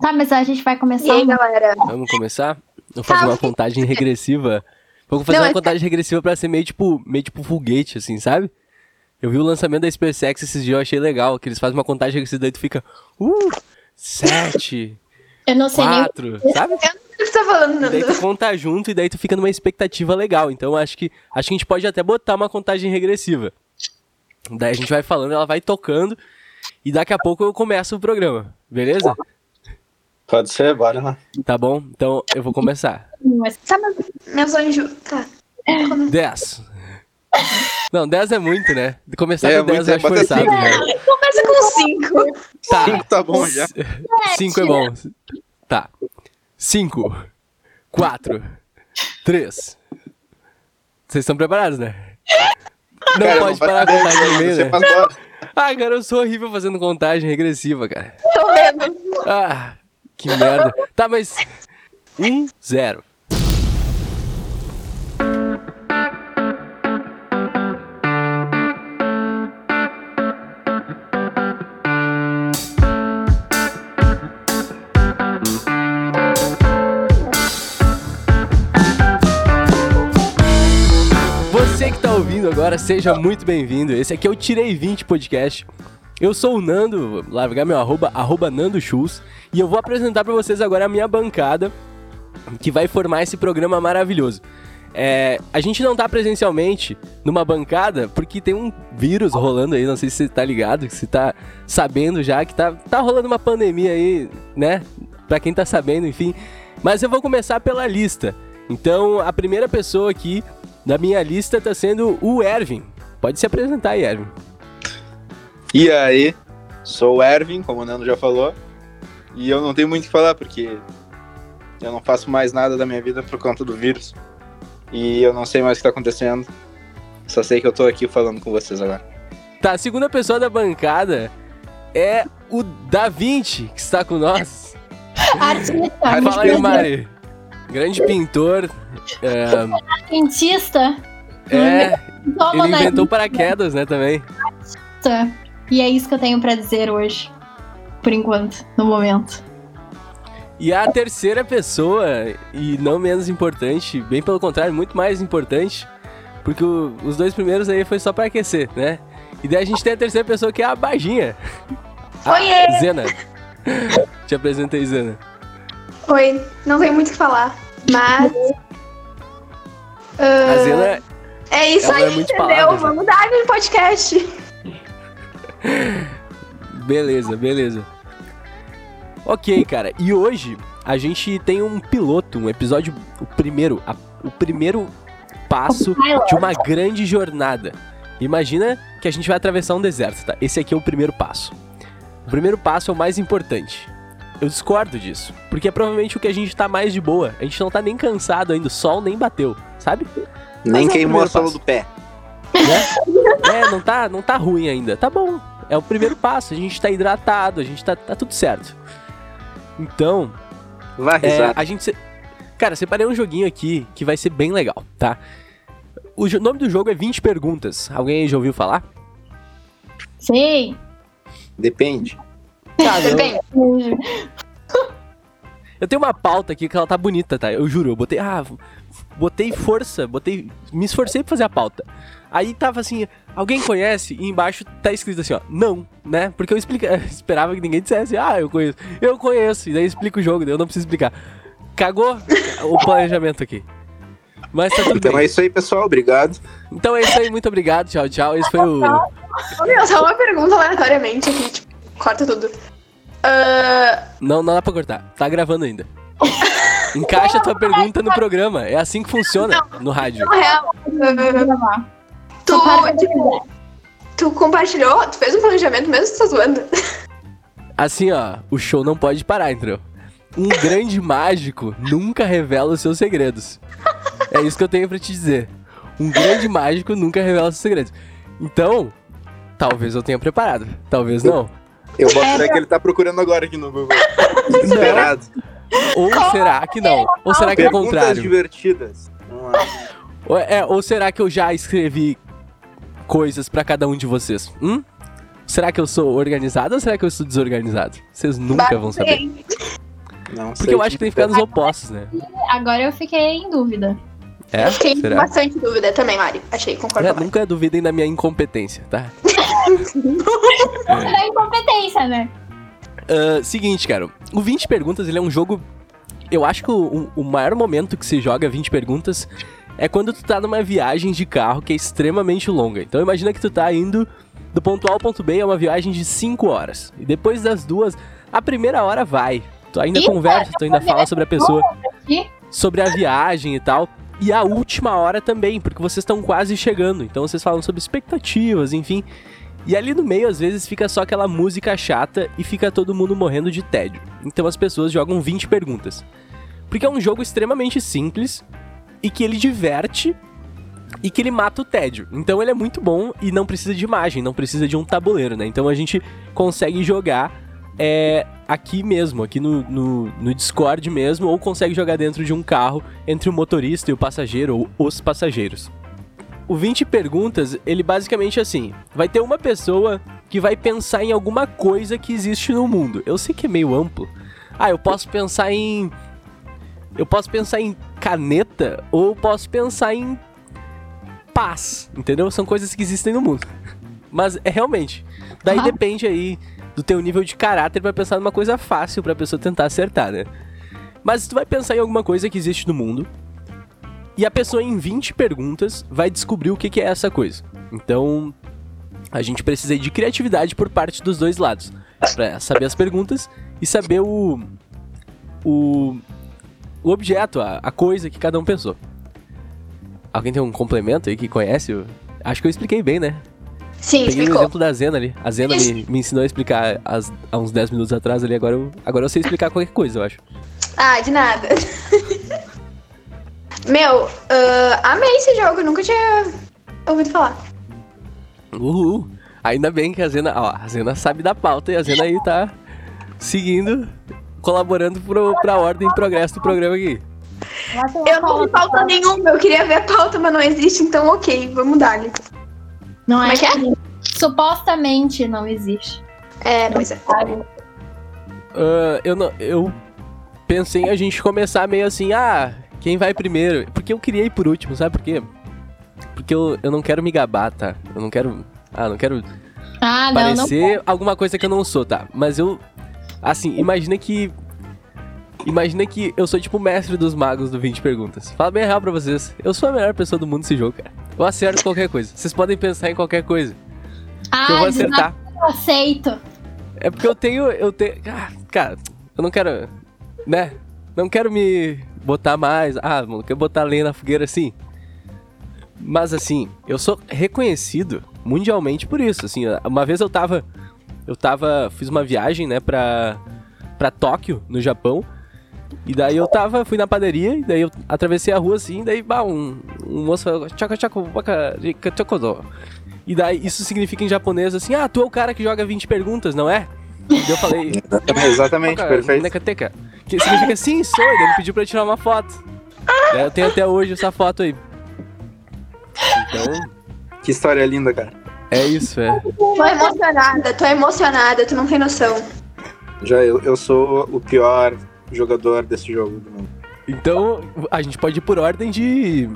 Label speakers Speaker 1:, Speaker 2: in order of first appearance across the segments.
Speaker 1: Tá, mas a gente vai
Speaker 2: E
Speaker 1: começar. então.
Speaker 2: aí, galera?
Speaker 3: Vamos começar? Vou fazer
Speaker 2: Tá,
Speaker 3: uma
Speaker 2: ok.
Speaker 3: contagem regressiva. Vou fazer
Speaker 2: Não,
Speaker 3: uma
Speaker 2: mas-
Speaker 3: contagem regressiva pra ser meio tipo, meio tipo foguete, assim, sabe? Eu vi o lançamento da SpaceX esses dias, eu achei legal, que eles fazem uma contagem regressiva, daí tu fica, uh, sete,
Speaker 1: Eu não sei nem.
Speaker 3: quatro, sabe?
Speaker 2: O que você tá falando,
Speaker 3: E daí
Speaker 2: Nando?
Speaker 3: tu conta junto e daí tu fica numa expectativa legal. Então eu acho que acho que a gente pode até botar uma contagem regressiva. Daí a gente vai falando, ela vai tocando e daqui a pouco eu começo o programa, beleza?
Speaker 4: Pode ser, bora lá.
Speaker 3: Tá bom? Então eu vou começar.
Speaker 1: Mas...
Speaker 2: Sabe, Tá, meus anjos. Tá.
Speaker 3: 10. Não, 10 é muito, né? Começar
Speaker 4: É,
Speaker 3: com 10
Speaker 4: muito,
Speaker 3: eu
Speaker 4: é,
Speaker 3: acho
Speaker 4: bota
Speaker 3: forçado.
Speaker 4: cinco.
Speaker 3: né?
Speaker 2: Começa com 5.
Speaker 3: Tá.
Speaker 4: Tá bom já.
Speaker 3: 5 é bom. Tá. 5, 4, 3. Vocês estão preparados, né? Não
Speaker 4: Cara,
Speaker 3: pode
Speaker 4: faz
Speaker 3: parar a
Speaker 4: ideia,
Speaker 3: contagem no
Speaker 4: cara,
Speaker 3: meio,
Speaker 4: você
Speaker 3: né?
Speaker 4: faz bora.
Speaker 3: Ah, cara, eu sou horrível fazendo contagem regressiva, cara.
Speaker 2: Tô vendo.
Speaker 3: Ah, que merda. Tá, mas. 1, 0. Você que tá ouvindo agora, seja muito bem-vindo. Esse aqui é o Tirei 20 Podcast. Eu sou o Nando, vou largar meu arroba, arroba Nando Schultz, e eu vou apresentar pra vocês agora a minha bancada, que vai formar esse programa maravilhoso. É, a gente não tá presencialmente numa bancada, porque tem um vírus rolando aí, não sei se você tá ligado, se tá sabendo já, que tá, tá rolando uma pandemia aí, né? Pra quem tá sabendo, enfim. Mas eu vou começar pela lista. Então, a primeira pessoa aqui da minha lista tá sendo o Ervin. Pode se apresentar aí, Ervin.
Speaker 4: E aí, sou o Ervin, como o Nando já falou. E eu não tenho muito o que falar, porque eu não faço mais nada da minha vida por conta do vírus. E eu não sei mais o que tá acontecendo. Só sei que eu tô aqui falando com vocês agora.
Speaker 3: Tá, a segunda pessoa da bancada é o Da Vinci, que está com nós.
Speaker 1: Artista,
Speaker 4: Arte
Speaker 3: Fala aí, Mari. Grande pintor. é,
Speaker 1: cientista,
Speaker 3: é,
Speaker 1: toma
Speaker 3: ele
Speaker 1: na
Speaker 3: inventou paraquedas, né, também.
Speaker 1: lista. E é isso que eu tenho pra dizer hoje. Por enquanto, no momento.
Speaker 3: E a terceira pessoa, e não menos importante, bem pelo contrário, muito mais importante, porque o- os dois primeiros aí foi só pra aquecer, né? E daí a gente tem a terceira pessoa que é a Bajinha.
Speaker 2: Oiê!
Speaker 3: A Zena. Te apresentei, Zena.
Speaker 2: Oi, não tem muito o que falar. Mas.
Speaker 3: A Zena
Speaker 2: É isso
Speaker 3: Ela
Speaker 2: aí,
Speaker 3: é muito
Speaker 2: entendeu?
Speaker 3: palavras, né?
Speaker 2: Vamos dar água no podcast.
Speaker 3: Beleza, beleza. Ok, cara. E hoje a gente tem um piloto, um episódio, o primeiro, a- o primeiro passo de uma grande jornada. Imagina que a gente vai atravessar um deserto, tá? Esse aqui é o primeiro passo. O primeiro passo é o mais importante. Eu discordo disso, porque é provavelmente o que a gente tá mais de boa. A gente não tá nem cansado ainda, o sol nem bateu, sabe? Mas é o primeiro passo.
Speaker 4: pé.
Speaker 3: né? é, não tá, não tá ruim ainda. Tá bom. É o primeiro passo. A gente tá hidratado, a gente tá, tá tudo certo. Então,
Speaker 4: Vai,
Speaker 3: é, a gente. se- Cara, separei um joguinho aqui que vai ser bem legal, tá? O jo- nome do jogo é 20 perguntas. Alguém aí já ouviu falar?
Speaker 1: Sei.
Speaker 4: Depende.
Speaker 3: Tá, não.
Speaker 2: Bem,
Speaker 3: Eu tenho uma pauta aqui que ela tá bonita, tá? Eu juro, eu botei. Ah, botei força, botei. Me esforcei pra fazer a pauta. Aí tava assim, alguém conhece? E embaixo tá escrito assim, ó, não, né? Porque eu explica, esperava que ninguém dissesse, ah, eu conheço. Eu conheço. E daí explica o jogo, daí eu não preciso explicar. Cagou o planejamento aqui. Mas tá tudo
Speaker 4: Então é
Speaker 3: bem.
Speaker 4: isso aí, pessoal. Obrigado.
Speaker 3: Então é isso aí, muito obrigado, tchau, tchau. Esse foi o.
Speaker 2: ô, meu, só uma pergunta aleatoriamente aqui, tipo, corta tudo. Ah,
Speaker 3: Não, não dá pra cortar. Tá gravando ainda. Encaixa a tua pergunta no programa. É assim que funciona no rádio.
Speaker 2: na real,
Speaker 1: gravar.
Speaker 2: ah, tu, tipo, tu compartilhou, tu fez um planejamento mesmo que tu tá zoando.
Speaker 3: Assim, ó, o show não pode parar, entendeu? Um grande mágico nunca revela os seus segredos. É isso que eu tenho pra te dizer. Um grande mágico nunca revela os seus segredos. Então, talvez eu tenha preparado, talvez não.
Speaker 4: Eu boto fé que ele tá procurando agora aqui no Google. Desesperado.
Speaker 3: Ou será que não? Ou será que é o
Speaker 4: Perguntas
Speaker 3: contrário?
Speaker 4: divertidas. Vamos lá.
Speaker 3: Ou, é, ou será que eu já escrevi coisas pra cada um de vocês? Hum? Será que eu sou organizado ou será que eu sou desorganizado? Vocês nunca vão saber.
Speaker 2: Bem,
Speaker 4: Não
Speaker 3: Porque eu acho que tem ficados opostos, né?
Speaker 1: Agora eu fiquei em dúvida.
Speaker 3: É?
Speaker 2: eu fiquei com
Speaker 3: Será?
Speaker 2: bastante dúvida também, Mari. Achei, concordo
Speaker 3: É,
Speaker 2: mais.
Speaker 3: nunca duvidem da minha incompetência, tá?
Speaker 1: Isso é incompetência, né?
Speaker 3: Ah, seguinte, cara. O 20 Perguntas, ele é um jogo... Eu acho que o, o maior momento que se joga 20 Perguntas é quando tu tá numa viagem de carro que é extremamente longa. Então imagina que tu tá indo do ponto A ao ponto B, é uma viagem de 5 horas. E depois das duas, a primeira hora vai. Tu ainda
Speaker 1: Ih,
Speaker 3: conversa, tu ainda
Speaker 1: vou virar
Speaker 3: fala sobre a pessoa,
Speaker 1: aqui.
Speaker 3: sobre a viagem e tal. E a última hora também, porque vocês estão quase chegando. Então vocês falam sobre expectativas, enfim. E ali no meio, às vezes, fica só aquela música chata e fica todo mundo morrendo de tédio. Então as pessoas jogam 20 perguntas. Porque é um jogo extremamente simples e que ele diverte e que ele mata o tédio. Então ele é muito bom e não precisa de imagem, não precisa de um tabuleiro, né? Então a gente consegue jogar é, aqui mesmo, aqui no, no, no Discord mesmo, ou consegue jogar dentro de um carro entre o motorista e o passageiro, ou os passageiros. O 20 perguntas, ele basicamente é assim, vai ter uma pessoa que vai pensar em alguma coisa que existe no mundo. Eu sei que é meio amplo. Ah, eu posso pensar em eu posso pensar em caneta ou eu posso pensar em paz, entendeu? São coisas que existem no mundo. Mas é realmente. Daí
Speaker 1: Ah.
Speaker 3: depende aí do teu nível de caráter pra pensar numa coisa fácil pra pessoa tentar acertar, né? Mas tu vai pensar em alguma coisa que existe no mundo e a pessoa em 20 perguntas vai descobrir o que que é essa coisa. Então, a gente precisa aí de criatividade por parte dos dois lados, Pra saber as perguntas e saber o o, o objeto, a, a coisa que cada um pensou. Alguém tem um complemento aí que conhece? o- Acho que eu expliquei bem, né?
Speaker 2: Sim,
Speaker 3: Peguei o
Speaker 2: explicou.
Speaker 3: exemplo da Zena ali. A Zena me, me ensinou a explicar as- há uns 10 minutos atrás ali, agora eu, agora eu sei explicar qualquer coisa, eu acho.
Speaker 2: Ah, de nada. Meu, ah, amei esse jogo, nunca tinha ouvido falar.
Speaker 3: Uhul! Ainda bem que a Zena, ó, a Zena sabe da pauta e a Zena aí tá seguindo, colaborando pro, pra ordem e progresso do programa aqui.
Speaker 1: Lá tem uma
Speaker 2: Eu não vi
Speaker 1: pauta.
Speaker 2: pauta nenhuma, eu queria ver a pauta, mas não existe, então ok, vamos dar. né?
Speaker 1: Não
Speaker 2: Como
Speaker 1: é
Speaker 2: é que é?
Speaker 1: Supostamente não existe.
Speaker 2: É, pois é.
Speaker 3: Ah, eu, não, eu pensei em a gente começar meio assim, ah, quem vai primeiro? Porque eu queria ir por último, sabe por quê? Porque eu, eu não quero me gabar, tá? Eu não quero. Ah, não quero
Speaker 1: Ah, não, não.
Speaker 3: parecer alguma coisa que eu não sou, tá? Mas eu. Assim, imagina que. Imagina que eu sou tipo o mestre dos magos do 20 perguntas. Fala bem a real pra vocês. Eu sou a melhor pessoa do mundo nesse jogo, cara. Eu acerto qualquer coisa. Vocês podem pensar em qualquer coisa.
Speaker 1: Ah,
Speaker 3: Que eu vou
Speaker 1: desafio
Speaker 3: acertar.
Speaker 1: aceito.
Speaker 3: É porque eu tenho. Eu tenho. Ah, cara, eu não quero. Né? Não quero me botar mais. Ah, mano, quero botar lenha na fogueira assim. Mas assim, eu sou reconhecido mundialmente por isso. Assim, uma vez eu tava. Eu tava. Fiz uma viagem, né, pra. pra Tóquio, no Japão. E daí eu tava, fui na padaria, e daí eu atravessei a rua assim, daí, bah, um, um moço falou, tchaca, tchaca, waka, rika, tchokodô." E daí isso significa em japonês assim, ah, tu é o cara que joga 20 perguntas, não é? E daí eu falei,
Speaker 4: É, Exatamente,
Speaker 3: Toca,
Speaker 4: perfeito.
Speaker 3: Necateca. Que significa sim, sou. E daí ele pediu pra eu tirar uma foto. Daí Eu tenho até hoje essa foto aí. Então,
Speaker 4: Que história linda, cara.
Speaker 3: é isso, é.
Speaker 2: Tô emocionada, tô emocionada, tu não tem noção.
Speaker 4: Já eu, eu sou o pior jogador desse jogo do mundo.
Speaker 3: Então, a gente pode ir por ordem de.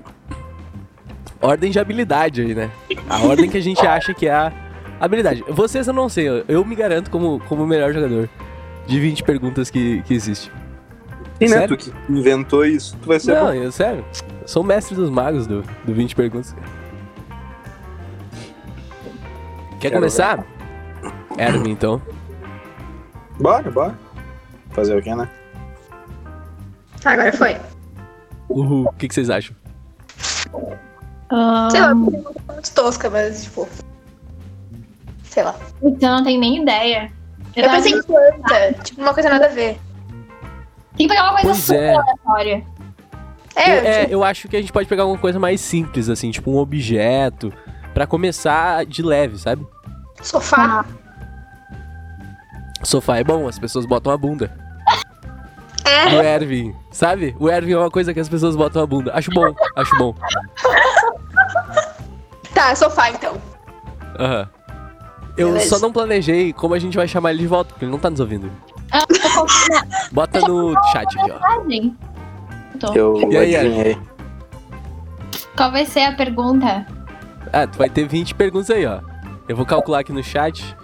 Speaker 3: Ordem de habilidade aí, né? A ordem que a gente acha que é a habilidade. Vocês eu não sei, eu, eu me garanto como, como o melhor jogador de 20 perguntas que, que existe.
Speaker 4: E né,
Speaker 3: Sério?
Speaker 4: tu que inventou isso, tu vai ser
Speaker 3: Não,
Speaker 4: bom.
Speaker 3: eu, sério, eu sou o mestre dos magos do, do 20 perguntas. cara. Quer
Speaker 4: Quero
Speaker 3: começar? Erwin, então.
Speaker 4: Bora, bora. Fazer o quê, né?
Speaker 2: Tá, agora foi.
Speaker 3: Uhul, o que, que vocês acham?
Speaker 1: Ah,
Speaker 2: Sei lá, eu fiquei muito tosca, mas tipo. Sei lá.
Speaker 1: Então eu não tenho nem ideia.
Speaker 2: Eu pensei em planta, tipo, uma coisa nada a ver.
Speaker 1: Tem que pegar uma coisa
Speaker 3: Pois
Speaker 1: super
Speaker 3: é.
Speaker 1: aleatória.
Speaker 3: Eu-
Speaker 2: É,
Speaker 3: é, eu acho que a gente pode pegar alguma coisa mais simples, assim, tipo um objeto, pra começar de leve, sabe?
Speaker 2: tipo, sofá.
Speaker 3: Sofá é bom, as pessoas botam a bunda.
Speaker 2: É.
Speaker 3: O Erwin, sabe? O Erwin é uma coisa que as pessoas botam a bunda. Acho bom, acho bom.
Speaker 2: Tá, sofá então.
Speaker 3: Aham. Eu
Speaker 2: Beleza.
Speaker 3: só não planejei como a gente vai chamar ele de volta, porque ele não tá nos ouvindo.
Speaker 1: confirmar.
Speaker 3: Bota no chat aqui, ó.
Speaker 1: Imagem. Tá Tô.
Speaker 4: Eu
Speaker 3: E aí,
Speaker 4: adivinhei.
Speaker 1: Qual vai ser a pergunta?
Speaker 3: Ah, tu vai ter 20 perguntas aí, ó. Eu vou calcular aqui no chat.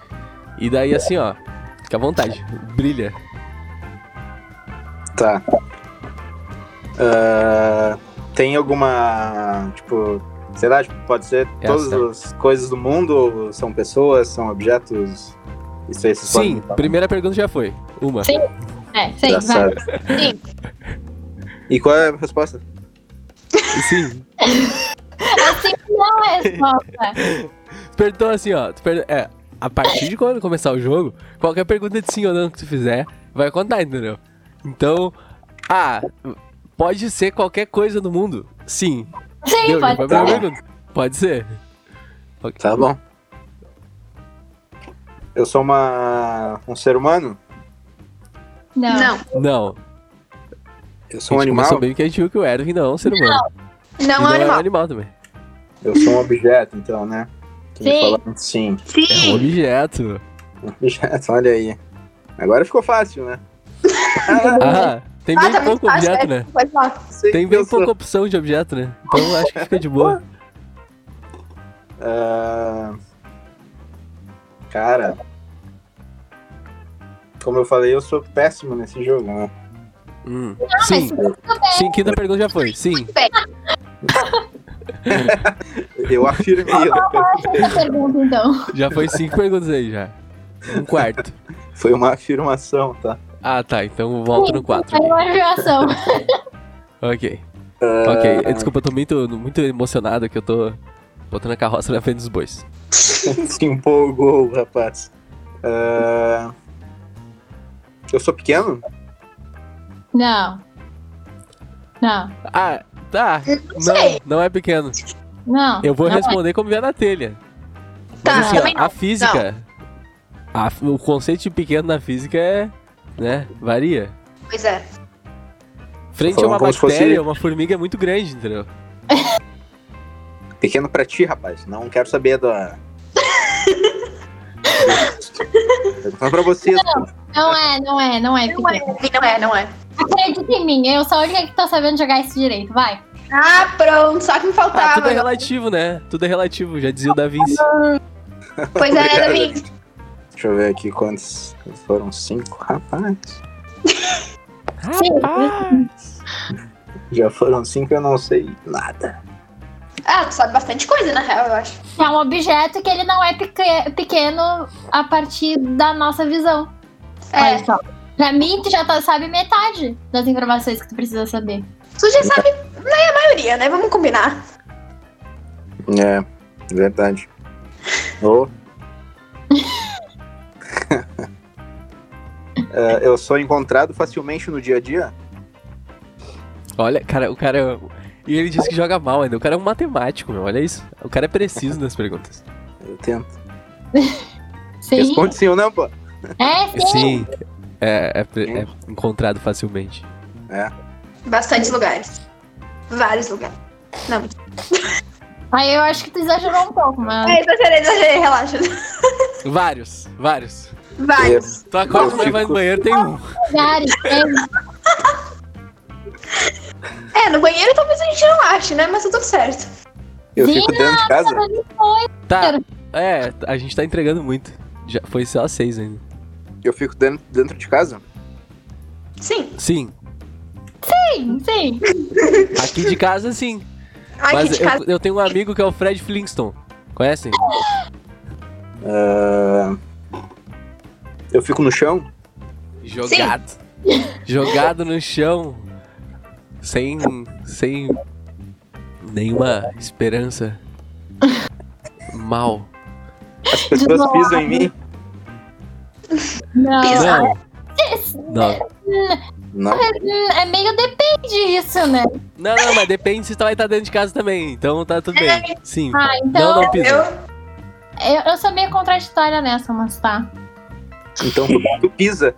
Speaker 3: E daí, assim, ó. Fica à vontade. Brilha.
Speaker 4: Tá. Ah, tem alguma. Tipo, sei lá, tipo, pode ser
Speaker 3: Essa.
Speaker 4: todas as coisas do mundo? ou São pessoas, são objetos? Isso aí vocês
Speaker 3: Sim,
Speaker 4: podem-
Speaker 3: primeira pergunta já foi. Uma.
Speaker 1: Sim. É, sei,
Speaker 4: Já
Speaker 1: vai.
Speaker 4: sabe.
Speaker 1: Sim.
Speaker 4: E qual é a resposta?
Speaker 3: Sim.
Speaker 1: Assim não é a resposta.
Speaker 3: Perguntou assim, ó. Tu per- É, a partir de quando começar o jogo, qualquer pergunta de sim ou não que tu fizer, vai contar, entendeu? Então, ah, pode ser qualquer coisa do mundo. Sim.
Speaker 1: Sim,
Speaker 3: Deu, já
Speaker 1: pode
Speaker 3: foi a
Speaker 1: ser.
Speaker 3: primeira pergunta. Pode ser.
Speaker 4: Tá bom. Eu sou uma. um ser humano?
Speaker 1: Não.
Speaker 2: Não,
Speaker 3: Não.
Speaker 4: Eu sou um
Speaker 3: a gente começou
Speaker 4: animal?
Speaker 3: bem que a gente viu que o Erwin não é um ser humano. E
Speaker 2: não é um
Speaker 3: não é um
Speaker 2: animal.
Speaker 3: animal também.
Speaker 4: Eu sou um objeto, então, né? Tu me
Speaker 1: Sim.
Speaker 4: falou- Sim,
Speaker 3: É um
Speaker 2: Sim!
Speaker 3: objeto.
Speaker 4: um objeto, olha aí. Agora ficou fácil, né?
Speaker 3: Ah,
Speaker 4: Ah,
Speaker 3: tem bem
Speaker 2: Ah, tá muito
Speaker 3: pouco
Speaker 2: fácil,
Speaker 3: objeto,
Speaker 2: é.
Speaker 3: né?
Speaker 2: Pode falar.
Speaker 4: sei
Speaker 3: Tem
Speaker 4: que eu
Speaker 3: bem
Speaker 4: sou-
Speaker 3: pouca opção de objeto, né? Então acho que fica de boa.
Speaker 4: Ah, Cara. Como eu falei, eu sou péssimo nesse jogo, né?
Speaker 3: Hum.
Speaker 2: é
Speaker 3: Sim, sim, quinta pergunta já foi. Sim.
Speaker 4: Eu afirmei. eu-
Speaker 1: Essa pergunta, então.
Speaker 3: Já foi cinco perguntas aí já. Um quarto.
Speaker 4: Foi uma afirmação, tá?
Speaker 3: Ah, tá. Então volta no quatro.
Speaker 1: Aí uma reação.
Speaker 3: Ok. Ok.
Speaker 4: É.
Speaker 3: eh, Desculpa, eu tô muito, muito emocionado que eu tô botando a carroça na frente dos bois.
Speaker 4: Se empolgou, rapaz. Ah, Eu sou pequeno?
Speaker 1: Não. Não.
Speaker 3: Ah, tá.
Speaker 2: sei.
Speaker 3: Não, não é pequeno.
Speaker 1: Não.
Speaker 3: Eu vou
Speaker 1: não é.
Speaker 3: responder como vier na telha.
Speaker 2: Tá,
Speaker 3: Mas assim,
Speaker 2: também
Speaker 3: ó, a física. a f- o conceito de pequeno na física é. né? Varia.
Speaker 2: Pois é.
Speaker 3: Frente a
Speaker 4: Falando
Speaker 3: uma
Speaker 4: como se
Speaker 3: bactéria,
Speaker 4: fosse-
Speaker 3: uma formiga é muito grande, entendeu?
Speaker 4: Pequeno pra ti, rapaz. Não quero saber da. Perguntando pra vocês.
Speaker 1: Não é, não é, não é.
Speaker 2: Não é,
Speaker 1: pequeno.
Speaker 2: não é, não é.
Speaker 1: Acredita em mim, eu sou a única que tá sabendo jogar isso direito, vai.
Speaker 2: Ah, pronto, só que me
Speaker 3: Ah, tudo
Speaker 2: faltava.
Speaker 3: é relativo, né? Tudo é relativo, já dizia o Da Vinci.
Speaker 2: pois é,
Speaker 4: Obrigado.
Speaker 2: Davi.
Speaker 4: Deixa eu ver aqui quantos. Foram cinco, rapaz.
Speaker 1: Sim.
Speaker 4: Já foram cinco, eu não sei nada.
Speaker 2: Ah, tu sabe bastante coisa, na real, eu acho.
Speaker 1: É um objeto que ele não é peque- pequeno a partir da nossa visão.
Speaker 2: É,
Speaker 1: Olha só. Pra mim, tu já tá- sabe metade das informações que tu precisa saber.
Speaker 2: tu já sabe né, a maioria, né? Vamos combinar.
Speaker 4: É, verdade. Ô. É, eu sou encontrado facilmente no dia a dia?
Speaker 3: Olha, cara, o cara. é- E ele disse que joga mal ainda. O cara é um matemático, meu. Olha isso. O cara é preciso nas perguntas.
Speaker 4: Eu tento.
Speaker 1: Sim.
Speaker 4: Responde sim ou não, pô.
Speaker 1: É, sim.
Speaker 3: Sim. É, é pre- é encontrado facilmente.
Speaker 2: Bastantes lugares. Vários lugares. Não, mentira.
Speaker 1: Aí eu acho que tu exagerou um pouco, mas.
Speaker 2: É, exagerei, exagerei, relaxa.
Speaker 3: Vários, vários.
Speaker 2: Vários.
Speaker 3: Tu acorda
Speaker 4: Eu
Speaker 3: vai vai no
Speaker 4: fico-
Speaker 3: banheiro, tem um.
Speaker 1: Lugares, é,
Speaker 2: É, no banheiro talvez a gente não ache, né? Mas tá tudo certo.
Speaker 4: Eu
Speaker 1: Sim,
Speaker 4: fico dentro de casa?
Speaker 3: Tá. É, a gente tá entregando muito. Já foi só seis ainda.
Speaker 4: Eu fico dentro, dentro de casa?
Speaker 2: Sim.
Speaker 3: Sim.
Speaker 1: sim, sim.
Speaker 3: Aqui de casa, sim.
Speaker 2: Ai,
Speaker 3: Mas
Speaker 2: gente,
Speaker 3: eu,
Speaker 2: casa.
Speaker 3: eu tenho um amigo que é o Fred Flintstone. Conhecem?
Speaker 4: Ah, eu fico no chão?
Speaker 3: Jogado. Jogado no chão. Sem. Sem. Nenhuma esperança. Mal.
Speaker 4: As pessoas
Speaker 1: novo.
Speaker 4: pisam em mim?
Speaker 1: Não.
Speaker 3: Não. Não.
Speaker 4: Não.
Speaker 1: Hum, É meio depende isso, né?
Speaker 3: Não, não, mas depende se tu vai estar dentro de casa também. Então tá tudo bem. Sim.
Speaker 1: Ah, então-
Speaker 3: Não, não pisa.
Speaker 2: Eu,
Speaker 1: Eu, eu sou meio contraditória nessa, mas tá.
Speaker 4: Então tu, tu pisa.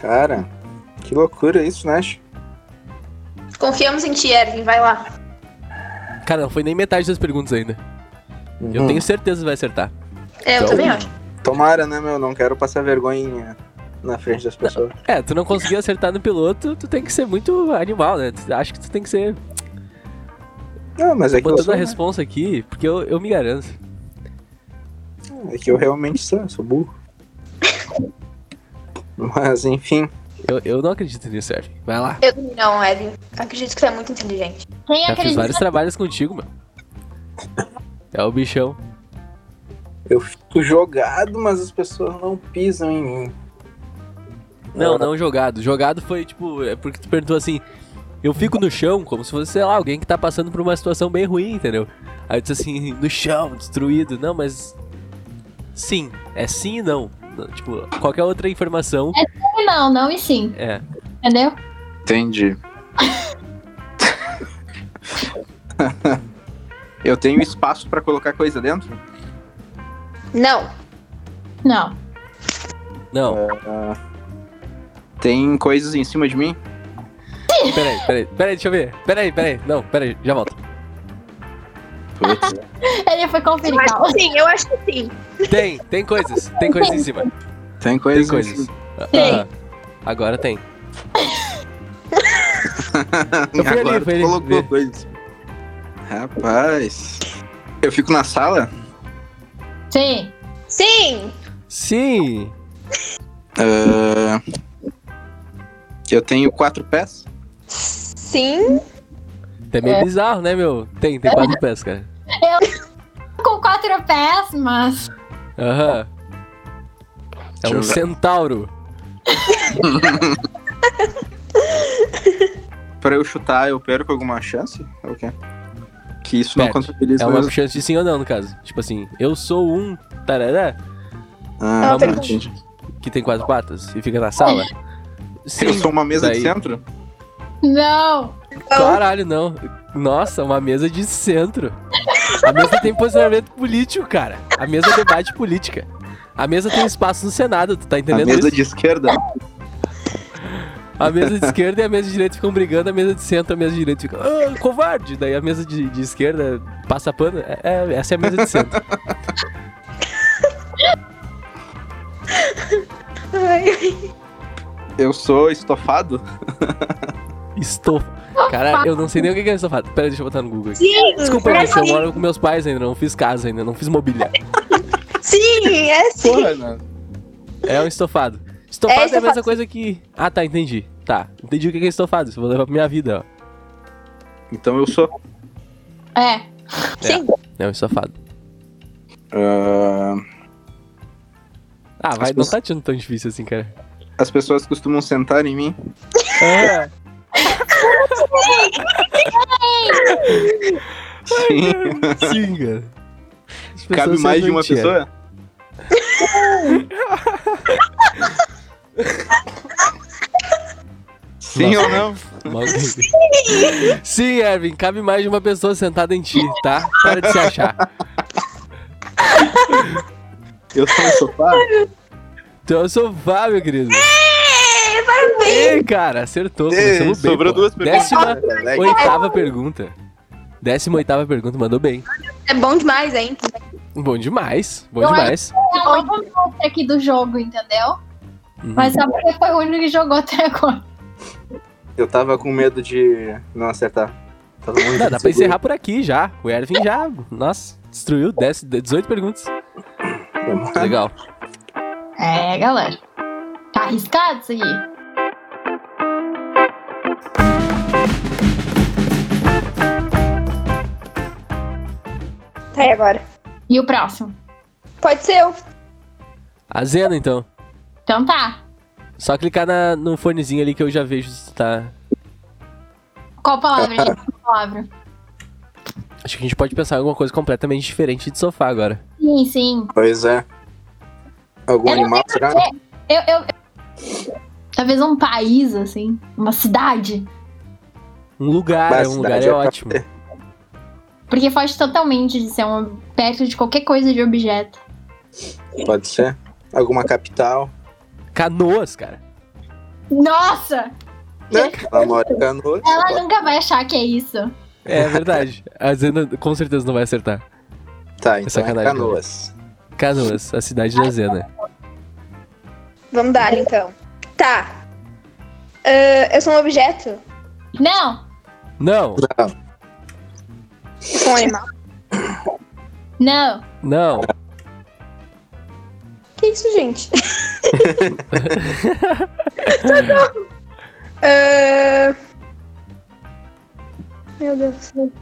Speaker 4: Cara, que loucura isso, né, Nash.
Speaker 2: confiamos em ti, Erwin, vai lá.
Speaker 3: Cara, não foi nem metade das perguntas ainda. Eu
Speaker 4: Uhum.
Speaker 3: tenho certeza que vai acertar.
Speaker 2: É, eu
Speaker 3: Então,
Speaker 2: também acho.
Speaker 4: Tomara, né, meu? Não quero passar vergonha na frente das pessoas.
Speaker 3: É, tu não conseguiu acertar no piloto, tu tem que ser muito animal, né? Tu- Acho que tu tem que ser
Speaker 4: Não, mas é que, eu,
Speaker 3: botando
Speaker 4: sou,
Speaker 3: a
Speaker 4: né?
Speaker 3: responsa aqui, porque eu, eu me garanto.
Speaker 4: é que eu realmente sou, sou burro. Mas, enfim.
Speaker 3: Eu, eu não acredito nisso, Erwin. Vai lá.
Speaker 2: Eu não, Evelyn. Acredito que tu é muito inteligente.
Speaker 1: Quem
Speaker 3: Já fiz
Speaker 1: acredita
Speaker 3: vários trabalhos contigo, mano. É o bichão.
Speaker 4: Eu fico jogado, mas as pessoas não pisam em mim.
Speaker 3: Não,
Speaker 4: Ora,
Speaker 3: não jogado. Jogado foi tipo, é porque tu perguntou assim. Eu fico no chão, como se fosse, sei lá, alguém que tá passando por uma situação bem ruim, entendeu? Aí tu disse assim, no chão, destruído. Não, mas. Sim. É sim e não. Não, Tipo, qualquer outra informação.
Speaker 1: que não, não e sim,
Speaker 3: É.
Speaker 1: entendeu?
Speaker 4: Entendi. eu tenho espaço pra colocar coisa dentro?
Speaker 2: Não.
Speaker 1: Não,
Speaker 3: Não,
Speaker 4: Tem coisas em cima de mim?
Speaker 3: peraí, peraí, peraí, deixa eu ver. Peraí, peraí. Não, peraí, já volto.
Speaker 4: Putz.
Speaker 1: ele foi
Speaker 2: Eu
Speaker 1: conferir, tá calma.
Speaker 2: acho que sim, eu acho que sim.
Speaker 3: Tem, tem coisas. Tem coisas em cima.
Speaker 4: Tem
Speaker 3: Tem
Speaker 4: coisas. em
Speaker 3: coisas.
Speaker 4: cima.
Speaker 1: Tem.
Speaker 3: Ah, agora tem. Eu fui ali,
Speaker 4: Agora tu
Speaker 3: fui ali
Speaker 4: colocou
Speaker 3: ver.
Speaker 4: coisas. Rapaz. Eu fico na sala?
Speaker 1: Sim,
Speaker 2: Sim!
Speaker 3: Sim!
Speaker 4: Ah, eu tenho quatro pés?
Speaker 2: Sim!
Speaker 3: Até meio bizarro, né, meu? Tem, tem quatro pés, cara.
Speaker 1: com quatro pés, mas
Speaker 3: Aham. É
Speaker 4: Deixa
Speaker 3: um
Speaker 4: eu ver.
Speaker 3: centauro.
Speaker 4: Pra eu chutar, eu perco alguma chance? Ou o quê? Que isso não
Speaker 3: Perde.
Speaker 4: contabiliza.
Speaker 3: É uma
Speaker 4: meus-
Speaker 3: chance de sim ou não, no caso. Tipo assim, eu sou um tarará
Speaker 2: É
Speaker 4: Ah,
Speaker 2: uma pergunta.
Speaker 4: entendi.
Speaker 3: que tem quatro patas e fica na sala. Sim.
Speaker 4: eu sou uma mesa de
Speaker 3: Daí.
Speaker 4: centro?
Speaker 1: não.
Speaker 3: Caralho, não. Nossa, uma mesa de centro. A mesa tem posicionamento político, cara. A mesa é debate política. A mesa tem espaço no Senado, tu tá
Speaker 4: A
Speaker 3: entendendo
Speaker 4: mesa
Speaker 3: isso?
Speaker 4: de esquerda?
Speaker 3: A mesa de esquerda e a mesa de direita ficam brigando, a mesa de centro e a mesa de direita fica. "Ah, covarde! Daí a mesa de, de esquerda passa pano. É, é, essa é a mesa de centro.
Speaker 2: Ai,
Speaker 4: Eu sou estofado?
Speaker 3: Estofo. Cara, eu não sei nem o que que é estofado. Pera, aí, deixa eu botar no Google aqui.
Speaker 2: Sim!
Speaker 3: Desculpa,
Speaker 2: é
Speaker 3: gente, eu
Speaker 2: sim.
Speaker 3: moro com meus pais ainda, não fiz casa ainda, não fiz mobília.
Speaker 2: Sim, é sim!
Speaker 4: Porra, né? não.
Speaker 3: É um estofado. Estofado é, a
Speaker 2: estofado.
Speaker 3: mesma coisa que. Ah, tá, entendi. Tá, entendi o que que é estofado. Isso eu vou levar pra minha vida, ó.
Speaker 4: Então eu sou.
Speaker 1: É,
Speaker 2: Sim!
Speaker 3: É um estofado.
Speaker 4: Ah,
Speaker 3: Ah, vai,
Speaker 4: As
Speaker 3: não
Speaker 4: pessoas-
Speaker 3: tá achando tão difícil assim, cara.
Speaker 4: as pessoas costumam sentar em mim. É.
Speaker 3: Ah,
Speaker 4: Sim.
Speaker 3: sim, cara. As pessoas
Speaker 4: Cabe
Speaker 3: são
Speaker 4: mais de uma
Speaker 3: doentias.
Speaker 4: pessoa? Sim ou não?
Speaker 3: Maldito. Sim, Erwin, cabe mais de uma pessoa sentada em ti, tá? Para de se achar.
Speaker 4: Eu sou um sofá?
Speaker 3: Tu é o sofá, meu querido.
Speaker 2: É, parabéns!
Speaker 3: Ei, cara, acertou. Começamos bem.
Speaker 4: é sobrou
Speaker 3: pô.
Speaker 4: duas perguntas. né?
Speaker 3: Décima
Speaker 1: É
Speaker 4: Moleque.
Speaker 3: oitava pergunta. Décima oitava pergunta, mandou bem.
Speaker 2: É bom demais, hein?
Speaker 3: Bom demais, bom
Speaker 1: Eu acho-
Speaker 3: demais.
Speaker 1: é a nova monstro aqui do jogo, entendeu?
Speaker 3: Uhum.
Speaker 1: Mas só porque foi o único que jogou até agora.
Speaker 4: Eu tava com medo de não acertar. Tava muito
Speaker 3: Não, dá pra
Speaker 4: inseguro.
Speaker 3: encerrar por aqui já. O Erwin já, nossa, destruiu 10, 18 perguntas. Legal.
Speaker 1: É, galera. Tá arriscado isso aí.
Speaker 2: Tá, e agora?
Speaker 1: E o próximo?
Speaker 2: Pode ser eu.
Speaker 3: A Zena, então.
Speaker 1: Então tá.
Speaker 3: Só clicar na- no fonezinho ali que eu já vejo se tá.
Speaker 1: Qual palavra, gente? Qual palavra?
Speaker 3: Acho que a gente pode pensar em alguma coisa completamente diferente de sofá agora.
Speaker 1: Sim, sim.
Speaker 4: Pois é. Algum
Speaker 1: Eu não
Speaker 4: animal, será?
Speaker 1: Eu, eu- Talvez um país, assim. Uma cidade.
Speaker 3: Um lugar,
Speaker 4: Mas
Speaker 3: um lugar
Speaker 4: cidade é
Speaker 3: é
Speaker 4: pra-
Speaker 3: ótimo.
Speaker 1: Porque foge totalmente de ser um perto de qualquer coisa de objeto.
Speaker 4: Pode ser. Alguma capital.
Speaker 3: Canoas, cara.
Speaker 1: Nossa!
Speaker 4: Né? Ela mora em Canoas.
Speaker 1: Ela nunca vai achar que é isso.
Speaker 3: É verdade. A Zena com certeza não vai acertar.
Speaker 4: Tá, então é
Speaker 3: sacanagem. né?
Speaker 4: Canoas.
Speaker 3: Canoas, a cidade da Zena.
Speaker 2: Vamos dar, então. Tá. Ah, eu sou um objeto?
Speaker 1: Não,
Speaker 3: Não,
Speaker 2: Eu sou um animal?
Speaker 1: não.
Speaker 3: não.
Speaker 2: Que isso, gente? Socorro. Ah, Meu Deus do céu.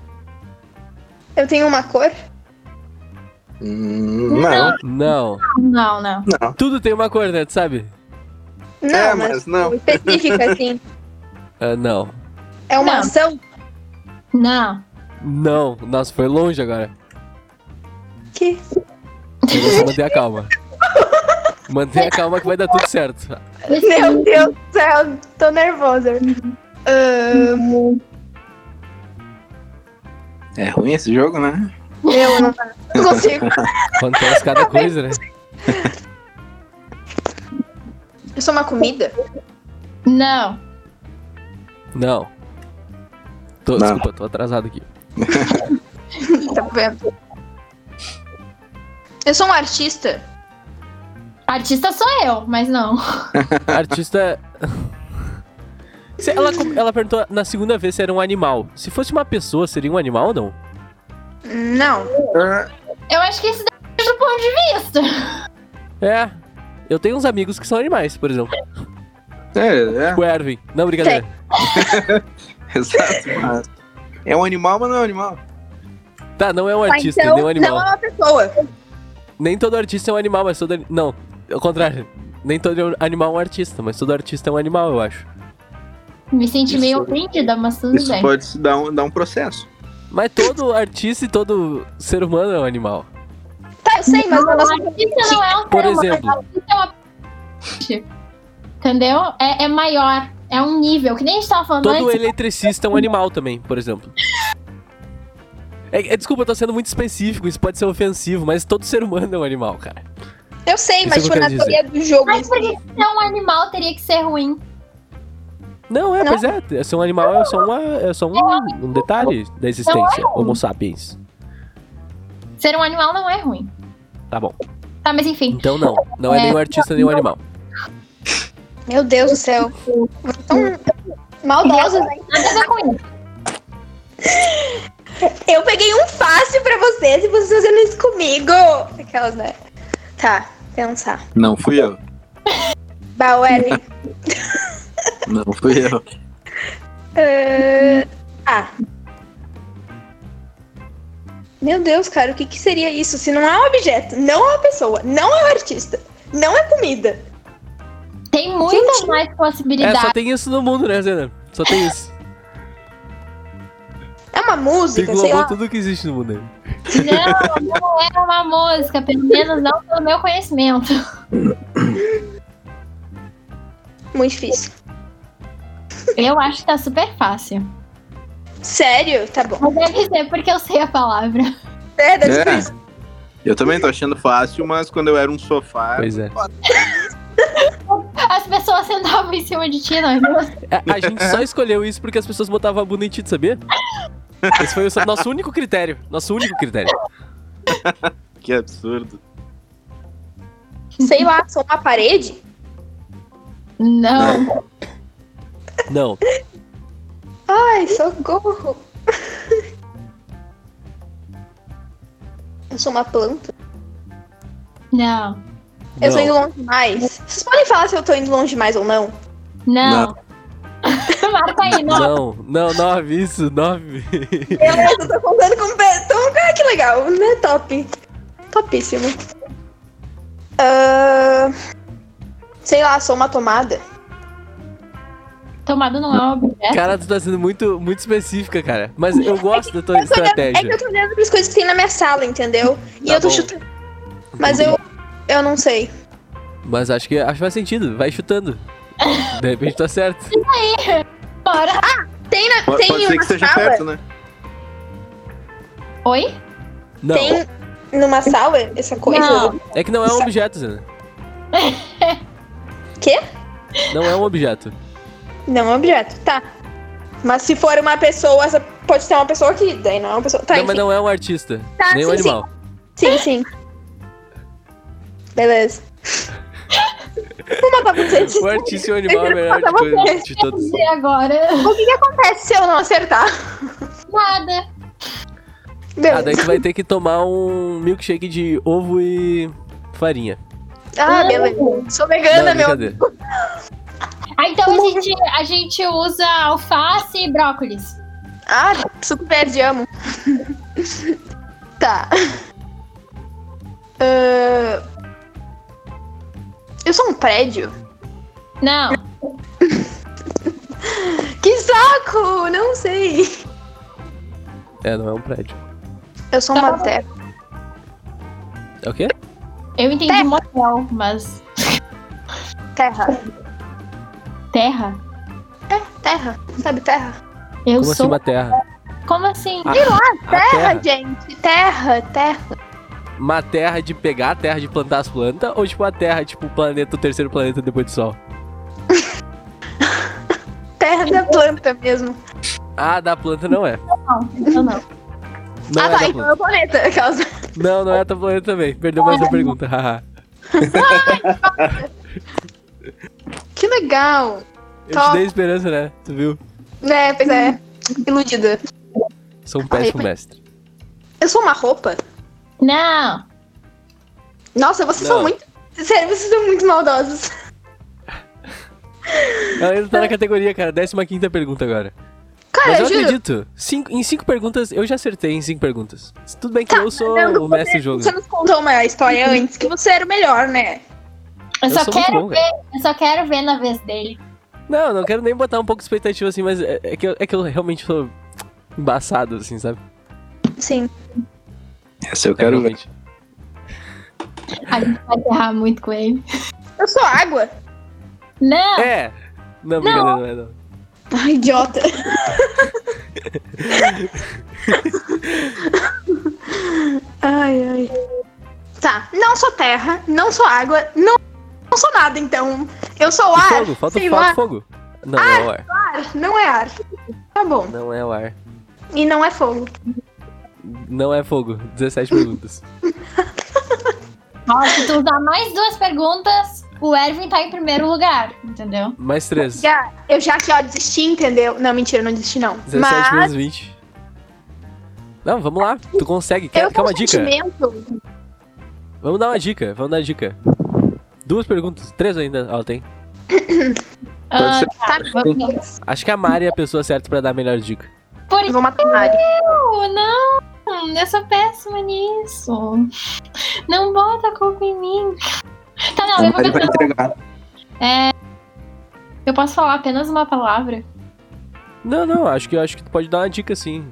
Speaker 2: Eu tenho uma cor?
Speaker 4: É, Hum, Não,
Speaker 3: Não.
Speaker 1: Não, não.
Speaker 4: não.
Speaker 3: Tudo tem uma cor, né? Tu sabe?
Speaker 2: Não,
Speaker 4: É, mas não.
Speaker 2: Específica, assim.
Speaker 3: Ah, não.
Speaker 2: É uma
Speaker 1: Não.
Speaker 2: ação?
Speaker 1: Não.
Speaker 3: Não. Nossa, foi longe agora.
Speaker 2: Que?
Speaker 3: Tem que manter a calma. Mantenha a calma que vai dar tudo certo.
Speaker 2: Meu Deus do céu, tô nervosa. Ah,
Speaker 4: É ruim esse jogo, né?
Speaker 2: eu não não consigo.
Speaker 3: Acontece cada coisa, né?
Speaker 2: Eu sou uma comida?
Speaker 1: Não.
Speaker 3: Não. Tô,
Speaker 4: Não.
Speaker 3: Desculpa, tô atrasado aqui.
Speaker 2: Tá vendo? Eu sou um artista?
Speaker 1: Artista sou eu, mas não.
Speaker 3: Artista. Se Ela, ela perguntou na segunda vez se era um animal. Se fosse uma pessoa, seria um animal ou não?
Speaker 2: Não.
Speaker 4: Ah,
Speaker 1: Eu acho que isso depende do ponto de vista.
Speaker 3: É. Eu tenho uns amigos que são animais, por exemplo.
Speaker 4: É,
Speaker 3: O Erwin. Não, brincadeira.
Speaker 4: é, exato. mas É um animal, mas não é um animal.
Speaker 3: Tá, não é um
Speaker 2: Tá,
Speaker 3: artista,
Speaker 2: então,
Speaker 3: nem um animal.
Speaker 2: não é uma pessoa.
Speaker 3: Nem todo artista é um animal, mas todo. ani- Não, ao contrário. Nem todo animal é um artista, mas todo artista é um animal, eu acho.
Speaker 1: Me senti
Speaker 4: Isso-
Speaker 1: meio ofendida, mas tudo
Speaker 4: Isso
Speaker 1: Hum, bem.
Speaker 4: pode se dar um, dar um processo.
Speaker 3: Mas todo artista e todo ser humano é um animal.
Speaker 2: Tá, eu sei, mas
Speaker 1: Não,
Speaker 2: a nossa
Speaker 1: artista não é um
Speaker 3: Por
Speaker 1: ser humano,
Speaker 3: exemplo.
Speaker 1: artista é uma parte. Entendeu? É, é maior. É um nível. Que nem a gente tava falando
Speaker 3: Todo
Speaker 1: antes.
Speaker 3: eletricista é um animal também, por exemplo. É, é, desculpa, eu tô sendo muito específico, isso pode ser ofensivo, mas todo ser humano é um animal, cara.
Speaker 2: Eu sei,
Speaker 3: Isso
Speaker 2: mas
Speaker 3: eu
Speaker 2: tipo,
Speaker 3: quero
Speaker 2: na
Speaker 3: dizer.
Speaker 2: teoria do jogo.
Speaker 1: Mas por que ser um animal teria que ser ruim?
Speaker 3: Não, é,
Speaker 2: Não.
Speaker 3: pois é, é só um animal é só, uma, é só um, um detalhe da existência, homo sapiens.
Speaker 1: Ser um animal não é ruim.
Speaker 3: Tá bom.
Speaker 1: Tá, mas enfim.
Speaker 3: Então não, não é
Speaker 1: É.
Speaker 3: nem um artista nem um animal.
Speaker 2: Meu Deus do céu. Vocês Tão né? maldosas, hein?
Speaker 1: Nada a ver com isso.
Speaker 2: Eu peguei um fácil pra vocês e vocês fazendo isso comigo. Aquelas, né? Tá, pensar.
Speaker 4: Não fui eu.
Speaker 2: Bauer.
Speaker 4: Não fui eu.
Speaker 2: uh, ah. Meu Deus, cara, o que, que seria isso? Se não é um objeto, não é uma pessoa, não é um artista, não é comida.
Speaker 1: Tem muitas
Speaker 2: Gente.
Speaker 1: mais
Speaker 3: É,
Speaker 1: possibilidades.
Speaker 3: só tem isso no mundo, né, Zena? Só tem isso.
Speaker 2: É uma música, sei
Speaker 3: Englobou
Speaker 2: lá.
Speaker 3: tudo que existe no mundo. né?
Speaker 1: Não, não era uma música, pelo menos não pelo meu conhecimento.
Speaker 2: Muito difícil.
Speaker 1: Eu acho que tá super fácil.
Speaker 2: Sério? Tá bom.
Speaker 1: Mas deve ser porque eu sei a palavra.
Speaker 2: É, deve ser por isso.
Speaker 4: É. Eu também tô achando fácil, mas quando eu era um sofá.
Speaker 3: Pois é.
Speaker 1: As pessoas sentavam em cima de ti, não é mesmo?
Speaker 3: A, a gente só escolheu isso porque as pessoas botavam a bunda em ti, tu sabia? Esse foi o so- nosso único critério. Nosso único critério.
Speaker 4: Que absurdo.
Speaker 2: Sei lá, sou uma parede?
Speaker 1: Não.
Speaker 3: Não.
Speaker 2: Ai, socorro. Eu sou uma planta?
Speaker 1: Não,
Speaker 2: Eu um tô
Speaker 3: não.
Speaker 2: indo longe demais. Vocês podem falar se eu tô indo longe demais ou não?
Speaker 1: não. Marca aí, não.
Speaker 3: Não, não, nove, isso, nove.
Speaker 2: Beleza, eu tô contando com o pé. Então, ah, que legal, né? Top. Topíssimo. Ahn, Sei lá, sou uma tomada?
Speaker 1: Tomado não é um objeto.
Speaker 3: Cara, tu tá sendo muito, muito específica, cara. Mas eu gosto da tua
Speaker 2: Eu tô olhando- é que
Speaker 3: estratégia.
Speaker 2: eu tô olhando pras coisas que tem na minha sala, entendeu? E
Speaker 3: Tá
Speaker 2: eu tô
Speaker 3: bom.
Speaker 2: chutando. Mas eu, eu não sei.
Speaker 3: Mas acho que, acho que faz sentido. Vai chutando. De repente tá certo.
Speaker 1: Bora.
Speaker 2: Tem, na,
Speaker 4: Pode,
Speaker 2: tem
Speaker 4: pode ser
Speaker 2: uma
Speaker 4: que seja
Speaker 2: sala?
Speaker 4: perto, né?
Speaker 1: Oi?
Speaker 3: Não.
Speaker 2: Tem numa sala essa coisa?
Speaker 1: Não.
Speaker 3: É que não é um objeto, Zena.
Speaker 2: Quê?
Speaker 3: Não é um objeto.
Speaker 2: Não é um objeto, tá. Mas se for uma pessoa, essa- pode ser uma pessoa aqui, daí não é uma pessoa. Tá,
Speaker 3: não, mas
Speaker 2: enfim.
Speaker 3: não é um artista.
Speaker 2: Tá,
Speaker 3: nem um
Speaker 2: sim, sim.
Speaker 3: animal.
Speaker 2: Sim, sim. Beleza. Vou matar vocês.
Speaker 3: O artista e o animal é a melhor
Speaker 2: Tá bom,
Speaker 3: coisa
Speaker 2: beleza.
Speaker 3: de todos.
Speaker 1: E agora?
Speaker 2: Acontece se eu não acertar.
Speaker 1: Nada.
Speaker 3: Ah, daí
Speaker 2: Beleza.
Speaker 3: tu vai ter que tomar um milkshake de ovo e farinha.
Speaker 2: Ah, beleza. Sou vegana,
Speaker 3: é Não,
Speaker 2: meu.
Speaker 3: é brincadeira.
Speaker 1: Ah, então a gente, a gente usa alface e brócolis.
Speaker 2: Ah, suco verde, amo. tá. Ah, Eu sou um prédio?
Speaker 1: Não.
Speaker 2: Que saco! Não sei.
Speaker 3: É, não é um prédio.
Speaker 2: Eu sou uma terra.
Speaker 3: É o quê?
Speaker 1: Eu entendi motel, mas.
Speaker 2: Terra.
Speaker 1: Terra?
Speaker 2: É, terra. Sabe terra?
Speaker 1: Eu
Speaker 3: Como assim
Speaker 1: sou.
Speaker 3: uma terra?
Speaker 1: Como assim?
Speaker 3: Ah, a terra?
Speaker 2: gente. Terra, terra.
Speaker 3: Uma terra de pegar a terra de plantar as plantas? Ou tipo a terra, tipo o planeta, o terceiro planeta depois do Sol?
Speaker 2: Terra da planta mesmo.
Speaker 3: Ah, da planta não é.
Speaker 1: Não, eu não.
Speaker 3: Não
Speaker 2: ah,
Speaker 3: é
Speaker 2: tá.
Speaker 3: da
Speaker 2: Então
Speaker 3: planta.
Speaker 2: é o planeta. Aquelas...
Speaker 3: Não, não é da planta também. Perdeu mais uma pergunta. haha.
Speaker 2: Que legal.
Speaker 3: Eu te dei esperança, né? Tu viu?
Speaker 2: Né, pois é.
Speaker 3: Hum.
Speaker 2: Iludida.
Speaker 3: Sou um péssimo
Speaker 2: Ai,
Speaker 3: mestre.
Speaker 2: Eu sou uma roupa?
Speaker 1: Não.
Speaker 2: Nossa, vocês
Speaker 3: Não.
Speaker 2: são muito. Sério, vocês são muito maldosos.
Speaker 3: Ela ainda tá na categoria, cara. Décima quinta pergunta agora.
Speaker 2: Cara,
Speaker 3: Mas eu
Speaker 2: eu juro.
Speaker 3: acredito. Cinco- em cinco perguntas, eu já acertei em cinco perguntas. Tudo bem que eu sou
Speaker 2: Fernando,
Speaker 3: o mestre do jogo.
Speaker 2: Você nos contou uma história
Speaker 3: Uhum.
Speaker 2: antes que você era o melhor, né?
Speaker 1: Eu,
Speaker 3: Eu
Speaker 1: só
Speaker 3: sou muito
Speaker 1: quero
Speaker 3: bom,
Speaker 1: ver. Eu só quero ver na vez dele.
Speaker 3: Não, não quero nem botar um pouco de expectativa assim, mas é, é que, eu, é que eu realmente sou embaçado, assim, sabe? É,
Speaker 2: Sim.
Speaker 4: Essa eu quero ver.
Speaker 3: realmente.
Speaker 1: A gente vai errar muito com ele.
Speaker 2: Eu sou água.
Speaker 1: Não.
Speaker 3: É! Não, brincadeira, não é não.
Speaker 2: Ai, idiota. ai, ai. Tá, não sou terra, não sou água, não, não sou nada, então. Eu sou
Speaker 3: E
Speaker 2: ar.
Speaker 3: fogo, falta,
Speaker 2: sei
Speaker 3: falta
Speaker 2: lá.
Speaker 3: fogo. Não, não é o ar.
Speaker 2: ar. Não é ar. Tá bom.
Speaker 3: Não é o ar.
Speaker 2: E não é fogo.
Speaker 3: Não é fogo. 17 perguntas.
Speaker 1: Nossa, se tu usar mais duas perguntas, o Erwin tá em primeiro lugar, entendeu?
Speaker 3: Mais 3.
Speaker 2: Já, eu já que, ó, desisti, entendeu? Não, mentira, eu não desisti, não.
Speaker 3: 17
Speaker 2: Mas
Speaker 3: menos 20. Não, vamos lá. Tu consegue. Quer,
Speaker 2: eu
Speaker 3: quer
Speaker 2: tenho
Speaker 3: uma
Speaker 2: um
Speaker 3: dica?
Speaker 2: sentimento.
Speaker 3: Vamos dar uma dica. Vamos dar uma dica. Duas perguntas. Três ainda. Ó, tem.
Speaker 1: Ah,
Speaker 4: ser.
Speaker 1: tá, vamos.
Speaker 3: Acho que a Mari é a pessoa certa pra dar a melhor dica.
Speaker 1: Por
Speaker 2: Vou matar a Mari.
Speaker 1: isso, não. Eu sou péssima nisso. Não bota a culpa em mim. Tá, não, eu vou
Speaker 4: Ele vai
Speaker 1: pensar.
Speaker 4: entregar.
Speaker 1: Eu posso falar apenas uma palavra?
Speaker 3: Não, não. Acho que, acho que tu pode dar uma dica, sim.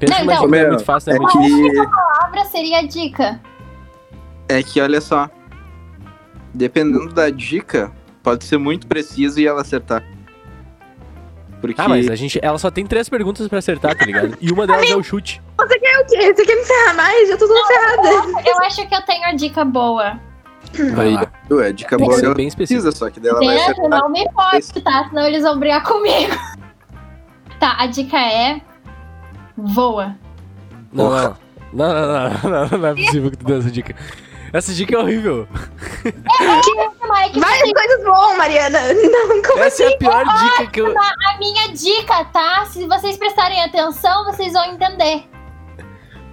Speaker 3: Pensa
Speaker 1: Não,
Speaker 3: que uma
Speaker 1: então-
Speaker 3: dica é muito fácil,
Speaker 4: É
Speaker 3: né? Muito
Speaker 4: que,
Speaker 1: Palavra seria a dica.
Speaker 4: é que, olha só. Dependendo da dica, pode ser muito preciso e ela acertar. Porque.
Speaker 3: Ah, mas a gente, ela só tem três perguntas pra acertar, tá ligado? E uma delas é o chute.
Speaker 2: Você quer o quê? Você quer me ferrar mais? Eu tô toda ferrada.
Speaker 1: Eu acho que eu tenho a dica boa.
Speaker 3: Vai lá.
Speaker 4: Ué, é, a dica
Speaker 3: Tem que
Speaker 4: boa
Speaker 3: ser
Speaker 4: ela
Speaker 3: bem específico.
Speaker 4: precisa, só que dela vai
Speaker 1: Pedro,
Speaker 4: acertar.
Speaker 1: não me importa, tá? Senão eles vão brigar comigo. Tá, a dica é. Voa.
Speaker 3: Não, não. Não, não, não, não, não, não é possível que tu dê essa dica. Essa dica é horrível.
Speaker 1: Mike,
Speaker 2: Várias coisas voam, Mariana. Não, como assim?
Speaker 3: Essa é a pior dica que eu.
Speaker 1: a minha dica, tá? Se vocês prestarem atenção, vocês vão entender.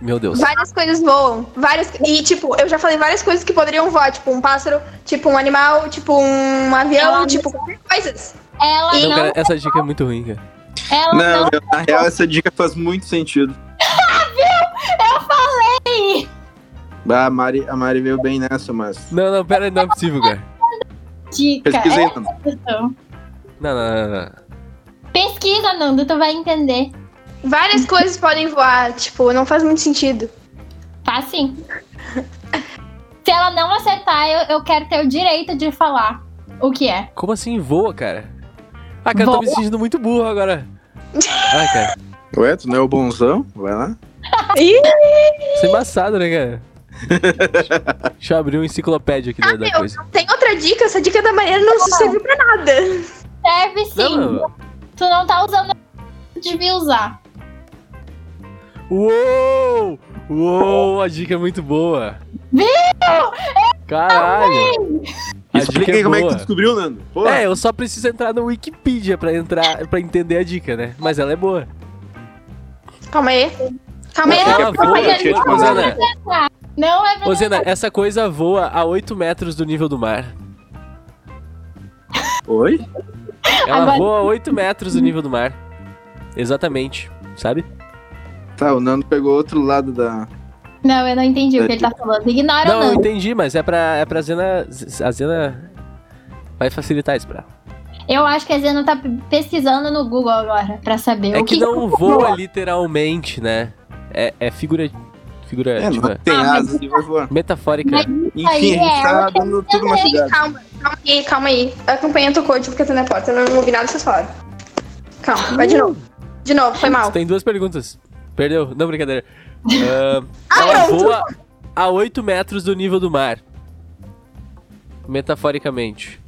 Speaker 3: Meu Deus.
Speaker 2: Várias coisas voam. Várias... E, tipo, eu já falei várias coisas que poderiam voar. Tipo, um pássaro, tipo, um animal, tipo, um avião,
Speaker 1: Ela-
Speaker 2: tipo, coisas.
Speaker 1: Ela
Speaker 3: Não,
Speaker 1: não.
Speaker 3: cara, essa dica é muito ruim, cara.
Speaker 1: Ela não.
Speaker 4: Então, Não, meu, na real, essa dica faz muito sentido. Ah,
Speaker 1: Eu falei!
Speaker 4: Bah, a, Mari, a Mari veio bem nessa, mas.
Speaker 3: Não, não, pera, não é possível, cara.
Speaker 1: Dica.
Speaker 4: Pesquisei,
Speaker 1: É,
Speaker 4: Nando.
Speaker 1: então.
Speaker 3: Não, não, não, não.
Speaker 1: Pesquisa, Nando, tu vai entender.
Speaker 2: Várias coisas podem voar. Tipo, não faz muito sentido.
Speaker 1: Tá sim. Se ela não acertar, eu, eu quero ter o direito de falar o que é.
Speaker 3: Como assim voa, cara? Ah, cara, eu tô me
Speaker 1: Voa.
Speaker 3: sentindo muito burro agora. Ai, cara.
Speaker 4: Ué, tu não é o bonzão? Vai lá.
Speaker 2: Ih,
Speaker 3: Isso é embaçado, né, cara? Deixa eu abrir uma enciclopédia aqui da- da
Speaker 2: meu,
Speaker 3: coisa.
Speaker 2: não tem outra dica. Essa dica da Mariana não serviu pra nada.
Speaker 1: Serve sim.
Speaker 3: Não, não.
Speaker 1: Tu não tá usando. Devia usar.
Speaker 3: Uou! Uou, a dica é muito boa. Caralho! A dica
Speaker 4: Explica aí como é que tu
Speaker 3: boa.
Speaker 4: descobriu, Nando. Pô,
Speaker 3: É, eu só preciso entrar no Wikipedia pra, entrar, pra entender a dica, né? Mas ela é boa.
Speaker 2: Calma aí. Calma aí.
Speaker 4: Mas
Speaker 2: não.
Speaker 4: fica
Speaker 3: Ela
Speaker 4: boa,
Speaker 3: voa.
Speaker 4: deixa eu te mandar, né?
Speaker 1: Não é
Speaker 3: Ô,
Speaker 1: verdade.
Speaker 3: Zena, essa coisa voa a 8 metros do nível do mar.
Speaker 4: Oi?
Speaker 3: Ela
Speaker 1: Agora-
Speaker 3: voa a 8 metros do nível do mar. Exatamente, sabe?
Speaker 4: Tá, o Nando pegou outro lado da.
Speaker 1: Não, eu não entendi o que ele tá falando. Ignora
Speaker 3: Não,
Speaker 1: ou
Speaker 3: eu
Speaker 1: não.
Speaker 3: entendi, mas é pra, é pra Zena. A Zena vai facilitar isso pra ela.
Speaker 1: Eu acho que a Zena tá pesquisando no Google agora pra saber
Speaker 3: É
Speaker 1: o que.
Speaker 3: que não voa literalmente, né? É, é figura. figura
Speaker 4: É,
Speaker 3: tipo,
Speaker 4: não tem
Speaker 1: Ah,
Speaker 4: asas e vai voar.
Speaker 3: metafórica.
Speaker 1: Mas Aí
Speaker 4: Enfim, a gente
Speaker 1: é,
Speaker 4: tá dando tudo uma cidade.
Speaker 2: Calma, calma aí, calma aí. Acompanha teu corte porque eu tô na porta. Eu não ouvi nada que vocês falaram. Calma, vai de novo. De novo, foi mal.
Speaker 3: Tem duas perguntas. Perdeu? Não, brincadeira. Ahn,
Speaker 2: Ah,
Speaker 3: ela
Speaker 2: pronto.
Speaker 3: voa a 8 metros do nível do mar. Metaforicamente.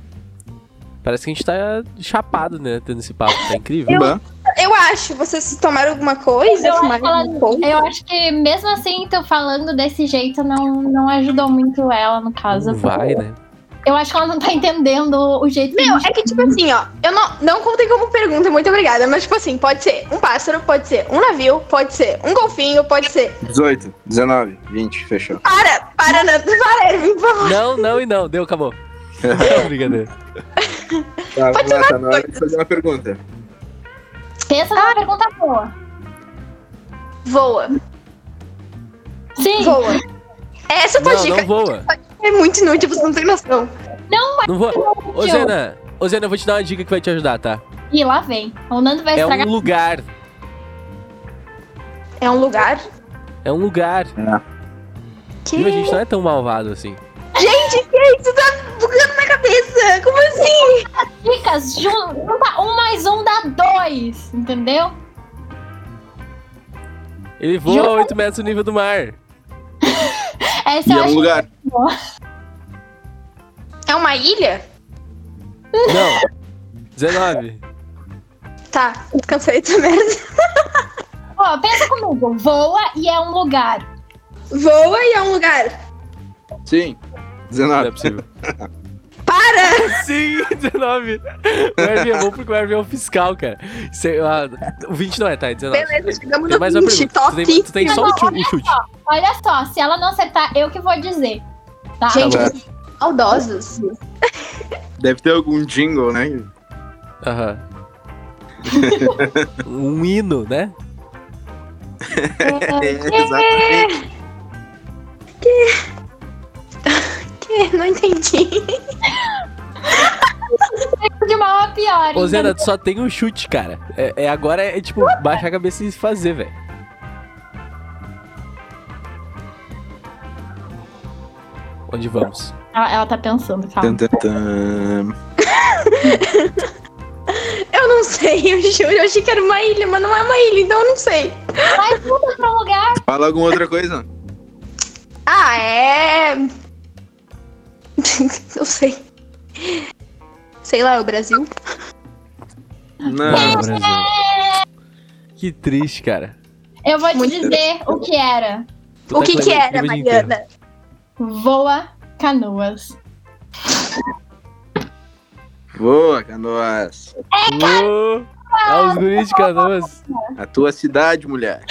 Speaker 3: Parece que a gente tá chapado, né? Tendo esse papo. Tá incrível.
Speaker 4: Bah.
Speaker 2: Eu acho, vocês tomaram alguma coisa?
Speaker 1: Eu acho
Speaker 2: fumaram
Speaker 1: que ela-
Speaker 2: alguma coisa?
Speaker 1: Eu acho que mesmo assim, tô falando desse jeito, não, não ajudou muito ela, no caso.
Speaker 3: Não vai, né?
Speaker 1: Eu acho que ela não tá entendendo o jeito que
Speaker 2: Meu,
Speaker 1: a gente...
Speaker 2: é que tipo assim, ó, eu não, não contei como pergunta, muito obrigada, mas tipo assim, pode ser um pássaro, pode ser um navio, pode ser um golfinho, pode ser.
Speaker 4: 18, 19, 20, fechou.
Speaker 2: Para! Para, Nando, para, Erwin, por favor.
Speaker 3: Não, não e não. Deu, acabou. Não, brincadeira.
Speaker 4: Tá, vamos lá, tá na hora de fazer uma pergunta.
Speaker 1: pensa numa pergunta boa.
Speaker 2: Voa,
Speaker 1: Sim,
Speaker 2: voa. Essa é a tua
Speaker 3: Não,
Speaker 2: dica.
Speaker 3: não voa.
Speaker 2: É muito inútil, você não tem noção.
Speaker 3: Não voa. Ô, Zena. Ô, Zena, eu vou te dar uma dica que vai te ajudar, tá?
Speaker 1: e lá vem. O Nando vai
Speaker 3: É
Speaker 1: estragar.
Speaker 3: um lugar.
Speaker 2: É um lugar.
Speaker 3: É um lugar.
Speaker 2: Que...
Speaker 3: Viu? A gente não é tão malvado assim.
Speaker 2: Gente, que é isso? Tá bugando minha cabeça! Como assim?
Speaker 3: um-
Speaker 1: Dicas, jun- junta um mais um dá dois, entendeu?
Speaker 3: Ele voa a 8 metros do nível do mar.
Speaker 1: Essa
Speaker 4: E
Speaker 1: eu
Speaker 4: é um
Speaker 1: acho
Speaker 4: lugar.
Speaker 2: É uma ilha?
Speaker 3: Não. 19.
Speaker 2: Tá, cansei dessa merda.
Speaker 1: Ó, pensa comigo, voa e é um lugar.
Speaker 2: Voa e é um lugar.
Speaker 4: Sim.
Speaker 3: Não é
Speaker 4: 19.
Speaker 3: possível.
Speaker 2: Para!
Speaker 3: Sim, 19. O Ervin é bom porque o Ervin é um fiscal, cara. Cê- ah, o 20 não é, tá? É 19.
Speaker 2: Beleza, chegamos
Speaker 3: Tem
Speaker 2: no
Speaker 3: mais uma
Speaker 2: 20,
Speaker 3: pergunta. Tu
Speaker 2: top.
Speaker 3: tem, tu tem só um chu- um chute.
Speaker 1: Olha só, se ela não acertar, eu que vou dizer. Tá?
Speaker 2: Gente,
Speaker 4: Tá
Speaker 2: vocês são maldosos.
Speaker 4: Deve ter algum jingle, né?
Speaker 3: Aham. um hino, né?
Speaker 4: É, exatamente.
Speaker 2: Que? Não entendi.
Speaker 1: de mal a pior.
Speaker 2: Tá
Speaker 3: Ô, Zena,
Speaker 1: entendeu?
Speaker 3: tu só tem um chute, cara. É, é- agora é tipo, baixar a cabeça e fazer, velho. Onde vamos?
Speaker 1: Ela, ela tá pensando, calma.
Speaker 4: Tan, tan, tan.
Speaker 2: Eu não sei, eu juro. Eu achei que era uma ilha, mas não é uma ilha, então eu não sei.
Speaker 1: Mas muda pra um lugar.
Speaker 4: Fala alguma outra coisa.
Speaker 2: Ah, é. eu sei. Sei lá, é o Brasil?
Speaker 3: Ah,
Speaker 4: Não.
Speaker 3: Brasil. Que triste, cara.
Speaker 1: Eu vou te
Speaker 2: Muito
Speaker 1: dizer o que era.
Speaker 3: Tu
Speaker 2: O
Speaker 3: tá
Speaker 2: que
Speaker 3: com
Speaker 2: que
Speaker 3: nível
Speaker 2: era,
Speaker 3: de
Speaker 2: Mariana?
Speaker 1: Voa canoas.
Speaker 4: Boa, Canoas.
Speaker 2: É,
Speaker 3: Ô, aos guris de um. canoas.
Speaker 4: A tua cidade, mulher.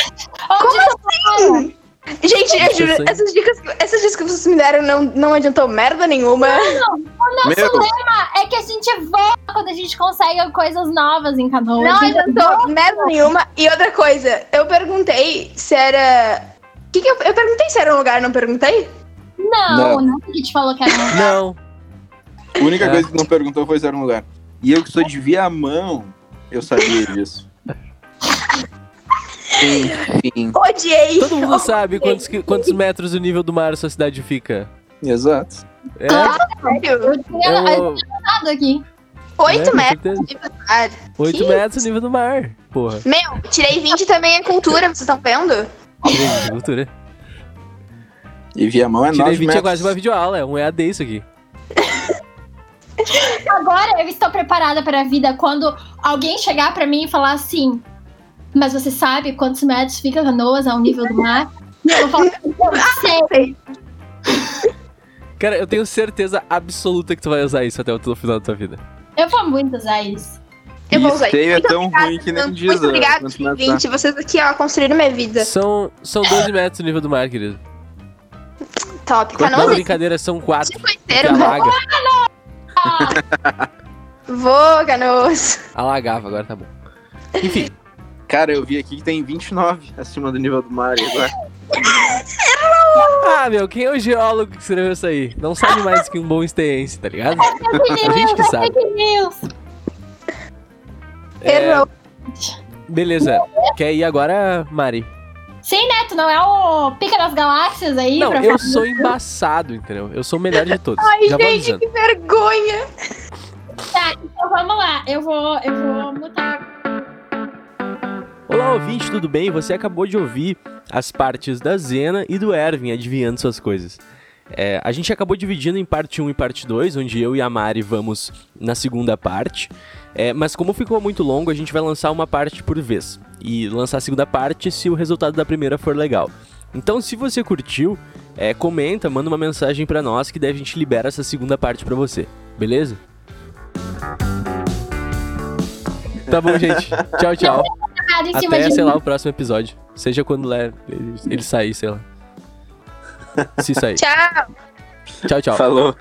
Speaker 1: Onde Como assim?
Speaker 2: Gente, eu
Speaker 3: Nossa,
Speaker 2: juro,
Speaker 3: sim.
Speaker 2: essas dicas, que- essas dicas que vocês me deram não, não adiantou merda nenhuma.
Speaker 1: O nosso
Speaker 4: Meu.
Speaker 1: lema é que a gente voa quando a gente consegue coisas novas em canoas. Então,
Speaker 2: Não
Speaker 1: A gente
Speaker 2: adiantou merda nenhuma. E outra coisa, eu perguntei se era. Que que eu, eu perguntei se era um lugar, não perguntei?
Speaker 1: Não, não é que te falou que era um lugar.
Speaker 3: Não.
Speaker 4: A única
Speaker 3: É.
Speaker 4: coisa que tu não perguntou foi se era um lugar. E eu que sou de Viamão, eu sabia disso. Enfim.
Speaker 2: Odiei!
Speaker 3: Todo mundo sabe quantos, que- quantos metros do nível do mar a sua cidade fica.
Speaker 4: Exato.
Speaker 3: É,
Speaker 2: Sério?
Speaker 1: Eu tinha eu
Speaker 3: é o-
Speaker 1: tinha nada aqui.
Speaker 2: Oito
Speaker 3: Né, com
Speaker 2: metros
Speaker 3: certeza.
Speaker 2: de lugar.
Speaker 3: 8
Speaker 2: Que
Speaker 3: metros do nível do mar. Porra,
Speaker 2: Meu, tirei 20 também é cultura, vocês estão vendo?
Speaker 3: tirei de cultura.
Speaker 4: E Viamão é
Speaker 3: Tirei
Speaker 4: 9
Speaker 3: 20 é quase
Speaker 4: metros.
Speaker 3: uma videoaula, é um EAD isso aqui.
Speaker 1: Agora eu estou preparada para a vida quando alguém chegar para mim e falar assim. Mas você sabe quantos metros fica canoas ao nível do mar? Eu vou falar, eu sei.
Speaker 3: Cara, eu tenho certeza absoluta que tu vai usar isso até o final da tua vida.
Speaker 1: Eu vou muito usar isso.
Speaker 2: Eu vou
Speaker 4: E
Speaker 2: usar isso.
Speaker 4: esteio é
Speaker 2: Muito
Speaker 4: tão
Speaker 2: obrigada,
Speaker 4: ruim que nem
Speaker 2: Nando.
Speaker 4: diz,
Speaker 2: Muito
Speaker 4: né,
Speaker 2: obrigado,
Speaker 4: quanto
Speaker 3: Tá.
Speaker 2: time
Speaker 4: mais
Speaker 2: 20. Vocês aqui, ó, construíram minha vida.
Speaker 3: São, são 12 metros o nível do mar, querido.
Speaker 2: Top. Tá, Tipo não
Speaker 3: Não,
Speaker 2: existe.
Speaker 3: brincadeira, são 4.
Speaker 2: Te
Speaker 3: Que
Speaker 2: conheceram.
Speaker 3: alaga.
Speaker 1: Ah,
Speaker 2: Vou, Ganos.
Speaker 3: Alagava, agora tá bom. Enfim,
Speaker 4: Cara, eu vi aqui que tem 29 acima do nível do mar agora.
Speaker 3: ah, meu, quem é o geólogo que escreveu isso aí? Não sabe mais que um bom esteense, tá ligado?
Speaker 1: fake
Speaker 3: A gente que
Speaker 1: news, é
Speaker 3: sabe.
Speaker 1: fake news.
Speaker 3: É,
Speaker 2: Errou.
Speaker 3: Beleza, quer ir agora, Mari?
Speaker 1: Sim, né? Tu não é o Pica das Galáxias aí?
Speaker 3: Não,
Speaker 1: pra falar?
Speaker 3: eu sou embaçado, entendeu? Eu sou o melhor de todos.
Speaker 2: Ai,
Speaker 3: Já vou
Speaker 2: gente,
Speaker 3: avisando.
Speaker 2: que vergonha.
Speaker 1: Então, vamos lá, eu vou, eu vou mutar.
Speaker 3: Olá, ouvinte, tudo bem? Você acabou de ouvir as partes da Zena e do Ervin adivinhando suas coisas. É, a gente acabou dividindo em parte 1 e parte 2, onde eu e a Mari vamos na segunda parte. É, mas como ficou muito longo, a gente vai lançar uma parte por vez. E lançar a segunda parte se o resultado da primeira for legal. Então, se você curtiu, é, comenta, manda uma mensagem pra nós que daí a gente libera essa segunda parte pra você. Beleza? Tá bom, gente. Tchau, tchau.
Speaker 1: nada Ah, em cima
Speaker 3: Até,
Speaker 1: de
Speaker 3: sei
Speaker 1: mim.
Speaker 3: lá, o próximo episódio. Seja quando le- ele, ele sair, sei lá. Se sair.
Speaker 2: Tchau.
Speaker 3: Tchau, tchau.
Speaker 4: Falou.